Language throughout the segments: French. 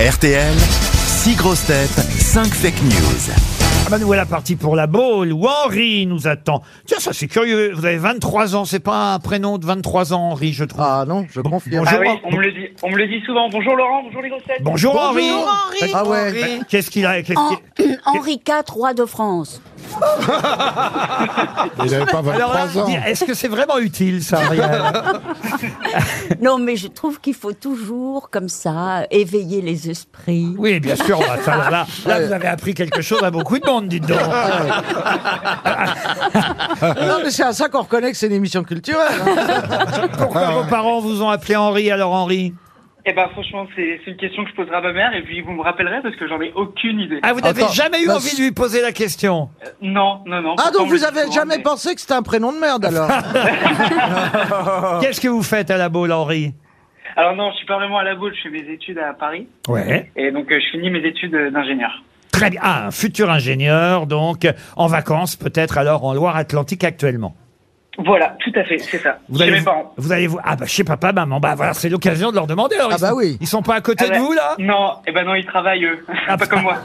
RTL, 6 grosses têtes, 5 fake news. Ah bah nous voilà partis pour la Baule où Henri nous attend. Tiens, ça c'est curieux, vous avez 23 ans, c'est pas un prénom de 23 ans Henri, je trouve. Ah non, je confirme. Bonjour. Ah oui, on me le dit, on me le dit souvent. Bonjour Laurent, bonjour les grossettes. Bonjour, Henri Euh, Ah ouais. Qu'est-ce qu'il a qu'est-ce Hen- qu'il- Henri IV, roi de France. Il n'avait pas 23 Alors là, ans. est-ce que c'est vraiment utile ça Ariel Non, mais je trouve qu'il faut toujours, comme ça, éveiller les esprits. Oui, bien sûr, bah, ça, alors là, là, vous avez appris quelque chose à beaucoup de monde, dites donc. Non, mais c'est à ça qu'on reconnaît que c'est une émission culturelle. hein. Pourquoi vos parents vous ont appelé Henri alors Henri Eh ben franchement, c'est c'est une question que je poserai à ma mère et puis vous me rappellerez parce que j'en ai aucune idée. Ah, vous n'avez Attends, jamais eu bah, envie de lui poser la question Euh, Non, non, non. Ah, pourtant, on donc me vous le dit avez souvent, jamais mais- pensé que c'était un prénom de merde alors Qu'est-ce que vous faites à la Baule Henri Alors non, je suis pas vraiment à la boule. Je fais mes études à Paris Ouais. et donc euh, je finis mes études euh, d'ingénieur. Très bien. Ah, un futur ingénieur, donc, en vacances, peut-être alors en Loire-Atlantique actuellement. Voilà, tout à fait, c'est ça. Vous Chez allez, mes vous, parents. vous allez vous- ah bah chez papa, maman, bah voilà, c'est l'occasion de leur demander. alors, Ah ils bah sont- oui. Ils sont pas à côté Ah de ben, vous là Ah, Non, eh ben non, ils travaillent eux, pas comme moi.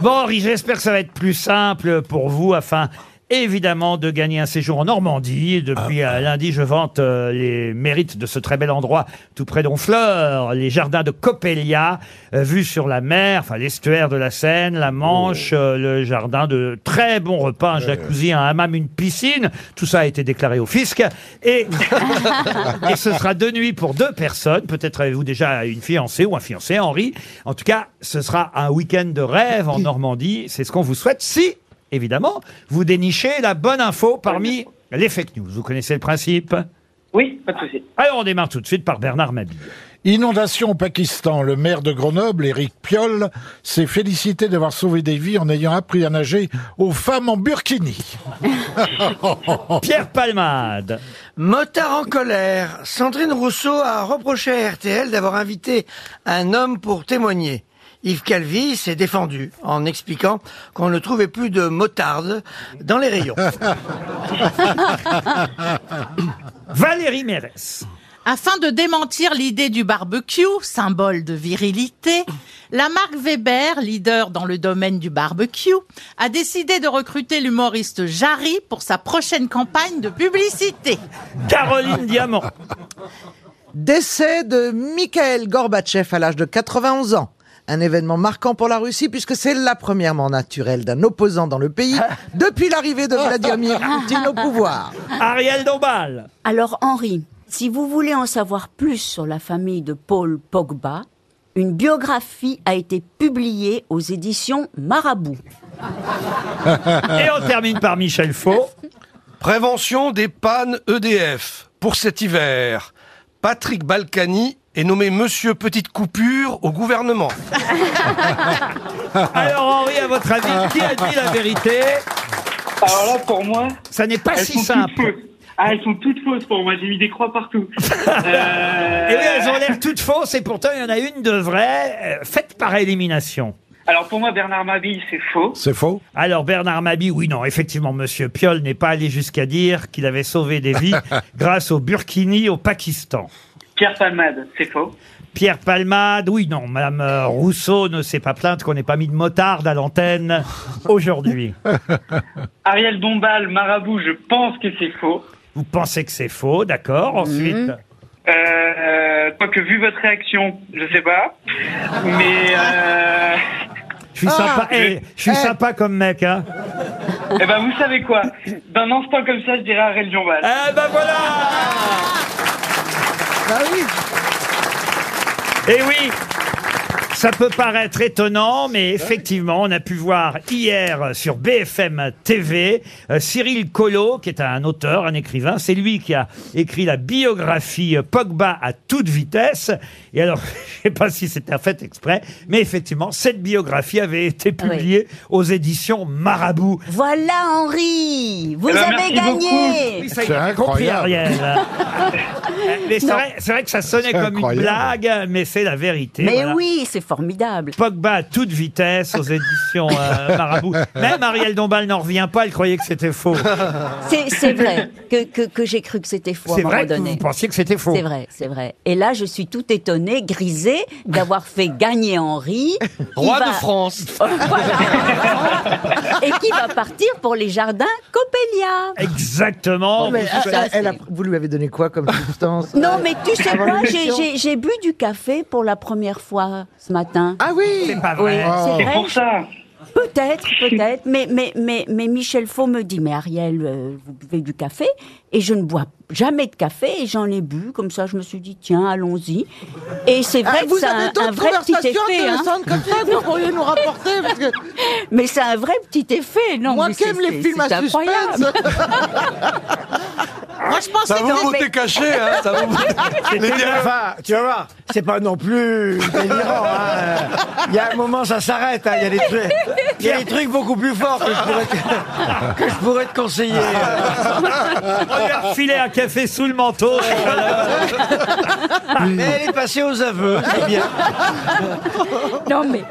Bon, Henri, j'espère que ça va être plus simple pour vous afin évidemment de gagner un séjour en Normandie. Depuis Ah. euh, lundi, je vante euh, les mérites de ce très bel endroit tout près d'Honfleur, les jardins de Coppelia, euh, vue sur la mer, enfin l'estuaire de la Seine, la Manche, Oh. euh, le jardin de très bons repas, un jacuzzi, un hammam, une piscine. Tout ça a été déclaré au fisc et et ce sera deux nuits pour deux personnes. Peut-être avez-vous déjà une fiancée ou un fiancé, Henri. En tout cas, ce sera un week-end de rêve en Normandie. C'est ce qu'on vous souhaite si, évidemment, vous dénichez la bonne info parmi les fake news. Vous connaissez le principe Oui, pas de souci. Alors, on démarre tout de suite par Bernard Mabille. Inondation au Pakistan. Le maire de Grenoble, Éric Piolle, s'est félicité d'avoir sauvé des vies en ayant appris à nager aux femmes en burkini. Pierre Palmade. Motard en colère, Sandrine Rousseau a reproché à RTL d'avoir invité un homme pour témoigner. Yves Calvi s'est défendu en expliquant qu'on ne trouvait plus de motardes dans les rayons. Valérie Mérès. Afin de démentir l'idée du barbecue, symbole de virilité, la marque Weber, leader dans le domaine du barbecue, a décidé de recruter l'humoriste Jarry pour sa prochaine campagne de publicité. Caroline Diamant. Décès de Mikhail Gorbatchev à l'âge de 91 ans. Un événement marquant pour la Russie puisque c'est la première mort naturelle d'un opposant dans le pays depuis l'arrivée de Vladimir Poutine au pouvoir. Ariel Dombal. Alors, Henri, si vous voulez en savoir plus sur la famille de Paul Pogba, une biographie a été publiée aux éditions Marabout. Et on termine par Michel Faux. Prévention des pannes E EDF pour cet hiver. Patrick Balkany est nommé monsieur petite coupure au gouvernement. Alors, Henri, à votre avis, qui a dit la vérité Alors là, pour moi, Ça n'est pas elles si sont toutes Ah, simple. fausses. Ah, elles sont toutes fausses pour moi. J'ai mis des croix partout. Euh, Et Eh oui, elles ont l'air toutes fausses et pourtant il y en a une de vraie, euh, faite par élimination. Alors pour moi, Bernard Mabille, c'est faux. C'est faux Alors Bernard Mabi, oui non, effectivement, Monsieur Piolle n'est pas allé jusqu'à dire qu'il avait sauvé des vies grâce au Burkini au Pakistan. Pierre Palmade, c'est faux. Pierre Palmade, oui non, Madame euh, Rousseau ne s'est pas plainte qu'on n'ait pas mis de motarde à l'antenne aujourd'hui. Ariel Dombal, Marabout, je pense que c'est faux. Vous pensez que c'est faux, d'accord Ensuite, Euh, euh, quoique, vu votre réaction, je sais pas. Mais euh, je suis sympa, eh, je suis sympa comme mec, hein. eh ben, vous savez quoi D'un instant comme ça, je dirais Ariel Dombal. Eh ben voilà Bah oui. Eh oui ça peut paraître étonnant, mais effectivement, on a pu voir hier sur BFM TV euh, Cyril Collot, qui est un auteur, un écrivain. C'est lui qui a écrit la biographie euh, Pogba à toute vitesse. Et alors, je sais pas si c'était fait exprès, mais effectivement, cette biographie avait été publiée aux éditions Marabout. Voilà, Henri Vous Eh ben, avez merci gagné Oui, ça, C'est il a compris, incroyable. Ariel. Euh, Mais c'est Non. vrai, c'est vrai que ça sonnait C'est comme une incroyable. blague, mais c'est la vérité. Mais voilà. oui, c'est formidable. Pogba à toute vitesse aux éditions euh, Marabout. Même Ariel Dombal n'en revient pas, elle croyait que c'était faux. C'est c'est vrai que, que, que j'ai cru que c'était faux à C'est un vrai moment que donné. vous pensiez que c'était faux. C'est vrai, c'est vrai. Et là, je suis tout étonnée, grisée, d'avoir fait gagner Henri. qui Roi va- de France. Et qui va partir pour les jardins Coppelia. Exactement. Bon, mais euh, Vous- elle- elle a- Vous lui avez donné quoi comme substance Non, mais tu sais Avant quoi, j'ai- l'émission. j'ai j'ai bu du café pour la première fois ce matin. Ah oui C'est pas Oui, vrai. c'est C'est vrai. pour ça. Peut-être, peut-être. Mais, mais, mais, mais Michel Faux me dit, mais Ariel, euh, vous buvez du café Et je ne bois jamais de café et j'en ai bu. Comme ça, je me suis dit, tiens, allons-y. Et c'est Ah, vrai que vous ça avez a un, un d'autres vrai petit conversations effet. hein. intéressantes comme ça que vous pourriez nous rapporter parce que Mais ça a un vrai petit effet. Non, moi mais qui aime c'est- les c'est- films c'est à incroyable. suspense. Moi, je pense Ça que vaut mais- beauté cachée, hein. Ça vaut Mais enfin, tu vas voir, c'est pas non plus délirant. hein. Il y a un moment, ça s'arrête. hein. Il y a des trucs, il y a des trucs beaucoup plus forts que je pourrais te, que je pourrais te conseiller. On lui a refilé un café sous le manteau. Mais elle est passée aux aveux. Ah, C'est bien. Non, mais.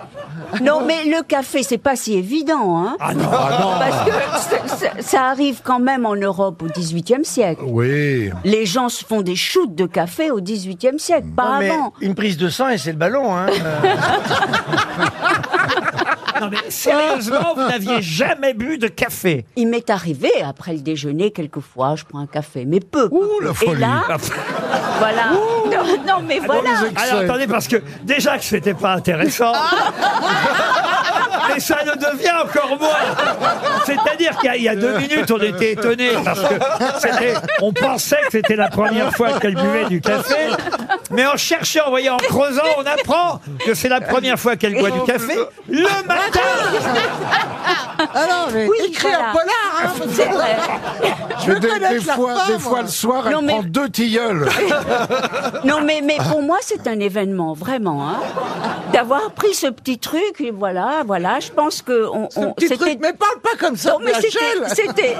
Non, mais le café, c'est pas si évident, hein. Ah non, ah non. Parce que ça- ça- ça arrive quand même en Europe au XVIIIe siècle. Oh. Oui. Les gens se font des shoots de café au XVIIIe siècle, pas Mais avant. une prise de sang et c'est le ballon. Hein. Euh, Non, mais sérieusement, vous n'aviez jamais bu de café. Il m'est arrivé après le déjeuner quelquefois, je prends un café, mais peu. Ouh, la Et folie. là, Ah. voilà. Non, non, mais voilà. Alors attendez, parce que déjà que c'était pas intéressant. Et ça le devient encore moins. C'est-à-dire qu'il y a- il y, a deux minutes, on était étonnés parce que c'était- on pensait que c'était la première fois qu'elle buvait du café. Mais en cherchant, en voyant, en creusant, on apprend que c'est la première fois qu'elle boit du café le matin. Ah non, mais Oui, écris voilà. un polar hein. C'est vrai. Mais des, des connaître la fois, femme. des fois, le soir, Non, elle mais- prend deux tilleuls. Non, mais, mais pour moi, c'est un événement, vraiment. Hein, D'avoir pris ce petit truc, et voilà, voilà, je pense que on, Ce on- petit truc, c'était- mais parle pas comme ça, Non, mais c'était- Rachel. c'était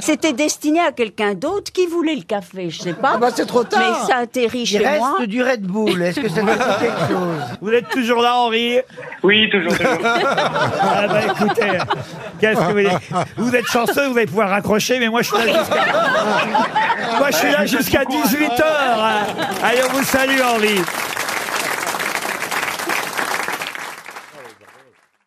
c'était destiné à quelqu'un d'autre qui voulait le café, je sais pas. Ah bah, c'est trop tard. Mais ça atterrit il chez reste moi. du Red Bull. Est-ce que ça te dit quelque chose Vous êtes toujours là, Henri. Oui, toujours, toujours. Ah bah écoutez, qu'est-ce que vous voulez Vous êtes chanceux, vous allez pouvoir raccrocher, mais moi je suis là jusqu'à... Moi je suis là jusqu'à 18h. Allez, on vous salue Henri.